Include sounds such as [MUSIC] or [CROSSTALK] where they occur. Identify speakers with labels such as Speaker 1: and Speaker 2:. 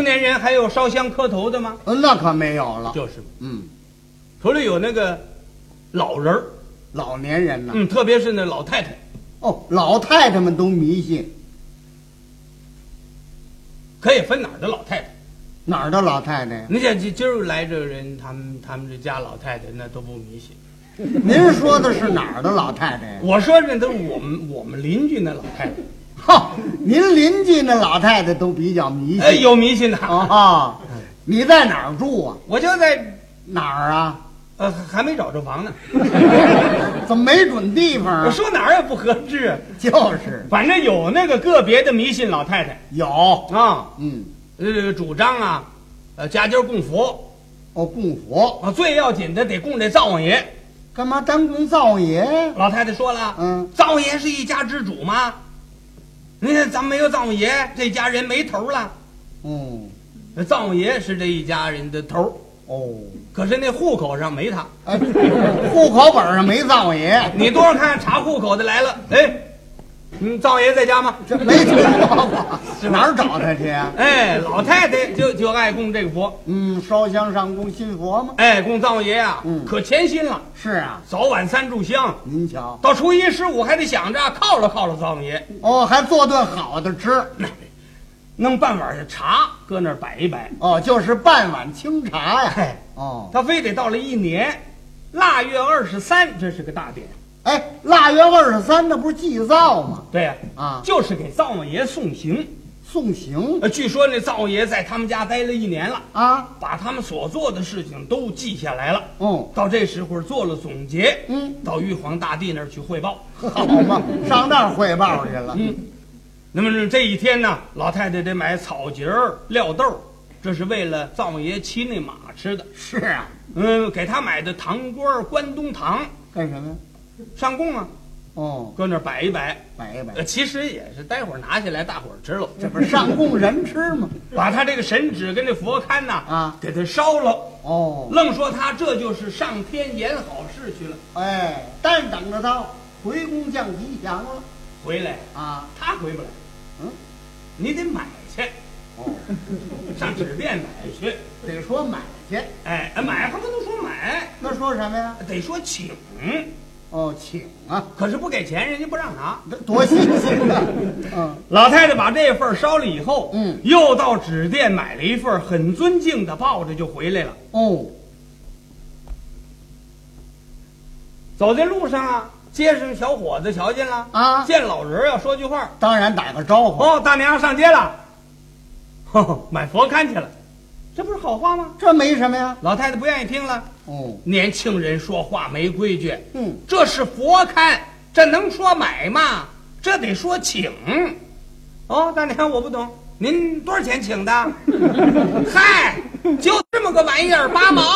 Speaker 1: 年还有烧香磕头的吗？
Speaker 2: 呃那可没有了。
Speaker 1: 就是，
Speaker 2: 嗯，
Speaker 1: 除了有那个老人儿，
Speaker 2: 老年人呐，
Speaker 1: 嗯，特别是那老太太，
Speaker 2: 哦，老太太们都迷信，
Speaker 1: 可以分哪儿的老太太。
Speaker 2: 哪儿的老太太呀？
Speaker 1: 你想今今儿来这个人，他们他们这家老太太那都不迷信。
Speaker 2: 您说的是哪儿的老太太呀？
Speaker 1: 我说这都是我 [LAUGHS] 们我们邻居那老太太，
Speaker 2: 哈，您邻居那老太太都比较迷信。
Speaker 1: 哎，有迷信的。
Speaker 2: 啊，你在哪儿住啊？
Speaker 1: 我就在
Speaker 2: 哪儿啊？ [LAUGHS]
Speaker 1: 呃还没找着房 [LAUGHS] 呢，
Speaker 2: 怎么没准地方
Speaker 1: 我
Speaker 2: 啊？
Speaker 1: 说哪儿也不合适啊。
Speaker 2: 就是
Speaker 1: 反正有那个个别的迷信老太太
Speaker 2: 有，
Speaker 1: 啊，
Speaker 2: 嗯，
Speaker 1: 呃，主张啊，呃，家家供佛
Speaker 2: 哦，供佛，
Speaker 1: 啊，最要紧的得供这灶王爷。
Speaker 2: 干嘛单供灶爷？
Speaker 1: 老太太说了，
Speaker 2: 嗯，
Speaker 1: 灶王爷是一家之主吗？你看咱没有灶王爷，这家人没头了。
Speaker 2: 嗯，
Speaker 1: 那灶王爷是这一家人的头儿，
Speaker 2: 哦，
Speaker 1: 可是那户口上没他。
Speaker 2: 哎，户口本上没灶爷，
Speaker 1: 你多少看查户口的来了，哎，嗯，灶王爷在家吗？
Speaker 2: 这没听
Speaker 1: [LAUGHS]
Speaker 2: 说过，哪儿找他去啊？
Speaker 1: 哎，老太太就就爱供这个佛，
Speaker 2: 嗯，烧香上供新佛吗？
Speaker 1: 哎，供灶王爷啊，
Speaker 2: 嗯
Speaker 1: 可虔心了，
Speaker 2: 是啊，
Speaker 1: 早晚三炷香，
Speaker 2: 您瞧，
Speaker 1: 到初一十五还得想着犒劳犒劳灶王爷，
Speaker 2: 哦，还做顿好的吃，
Speaker 1: 弄半碗茶搁那儿摆一摆，
Speaker 2: 哦，就是半碗清茶呀，
Speaker 1: 哎，
Speaker 2: 哦。
Speaker 1: 他非得到了一年，腊月二十三，这是个大典，
Speaker 2: 哎，腊月二十三那不是祭灶吗？
Speaker 1: 对呀、
Speaker 2: 啊，
Speaker 1: 就是给灶王爷送行。
Speaker 2: 送行
Speaker 1: 呃，据说那灶王爷在他们家待了一年了，
Speaker 2: 啊，
Speaker 1: 把他们所做的事情都记下来了。
Speaker 2: 哦，
Speaker 1: 到这时候做了总结，
Speaker 2: 嗯，
Speaker 1: 到玉皇大帝那儿去汇报。
Speaker 2: 好嘛，上那儿汇报去了。
Speaker 1: 嗯，那么这一天呢，老太太得买草节儿、料豆儿，这是为了灶王爷骑那马吃的。
Speaker 2: 是啊，
Speaker 1: 嗯，给他买的糖瓜儿、关东糖
Speaker 2: 干什么呀？
Speaker 1: 上供啊，
Speaker 2: 哦，
Speaker 1: 搁那儿摆一摆。
Speaker 2: 摆一摆
Speaker 1: 呃，，其实也是待会儿拿起来大伙儿吃了，
Speaker 2: 这不是上供人吃吗？
Speaker 1: 把他这个神纸跟这佛龛呐
Speaker 2: 啊
Speaker 1: 给他烧了，
Speaker 2: 哦，
Speaker 1: 愣说他这就是上天演好事去了。
Speaker 2: 哎，但等着他回宫降吉祥了
Speaker 1: 回来
Speaker 2: 啊。
Speaker 1: 他回不来，
Speaker 2: 嗯，哦
Speaker 1: 你得买去， [LAUGHS] 上纸店买去。
Speaker 2: 得说买去，
Speaker 1: 哎，买还不能说买，
Speaker 2: 那说什么呀？
Speaker 1: 得说请，
Speaker 2: 哦，请啊，
Speaker 1: 可是不给钱，人家不让拿。
Speaker 2: 这多新鲜 [LAUGHS] 啊！嗯，
Speaker 1: 老太太把这份儿烧了以后，
Speaker 2: 嗯
Speaker 1: 又到纸店买了一份儿，很尊敬的抱着就回来了。
Speaker 2: 哦，
Speaker 1: 走在路上啊，街上小伙子瞧见了
Speaker 2: 啊
Speaker 1: 见老人儿要说句话儿，
Speaker 2: 当然打个招呼，
Speaker 1: 哦，大娘上街了，呵呵买佛龛去了，这不是好话吗？
Speaker 2: 这没什么呀。
Speaker 1: 老太太不愿意听了，
Speaker 2: 哦，
Speaker 1: 年轻人说话没规矩，
Speaker 2: 嗯，
Speaker 1: 这是佛龛，这能说买吗？这得说请。哦，大娘，我不懂，您多少钱请的？嗨，就这么个玩意儿，八毛。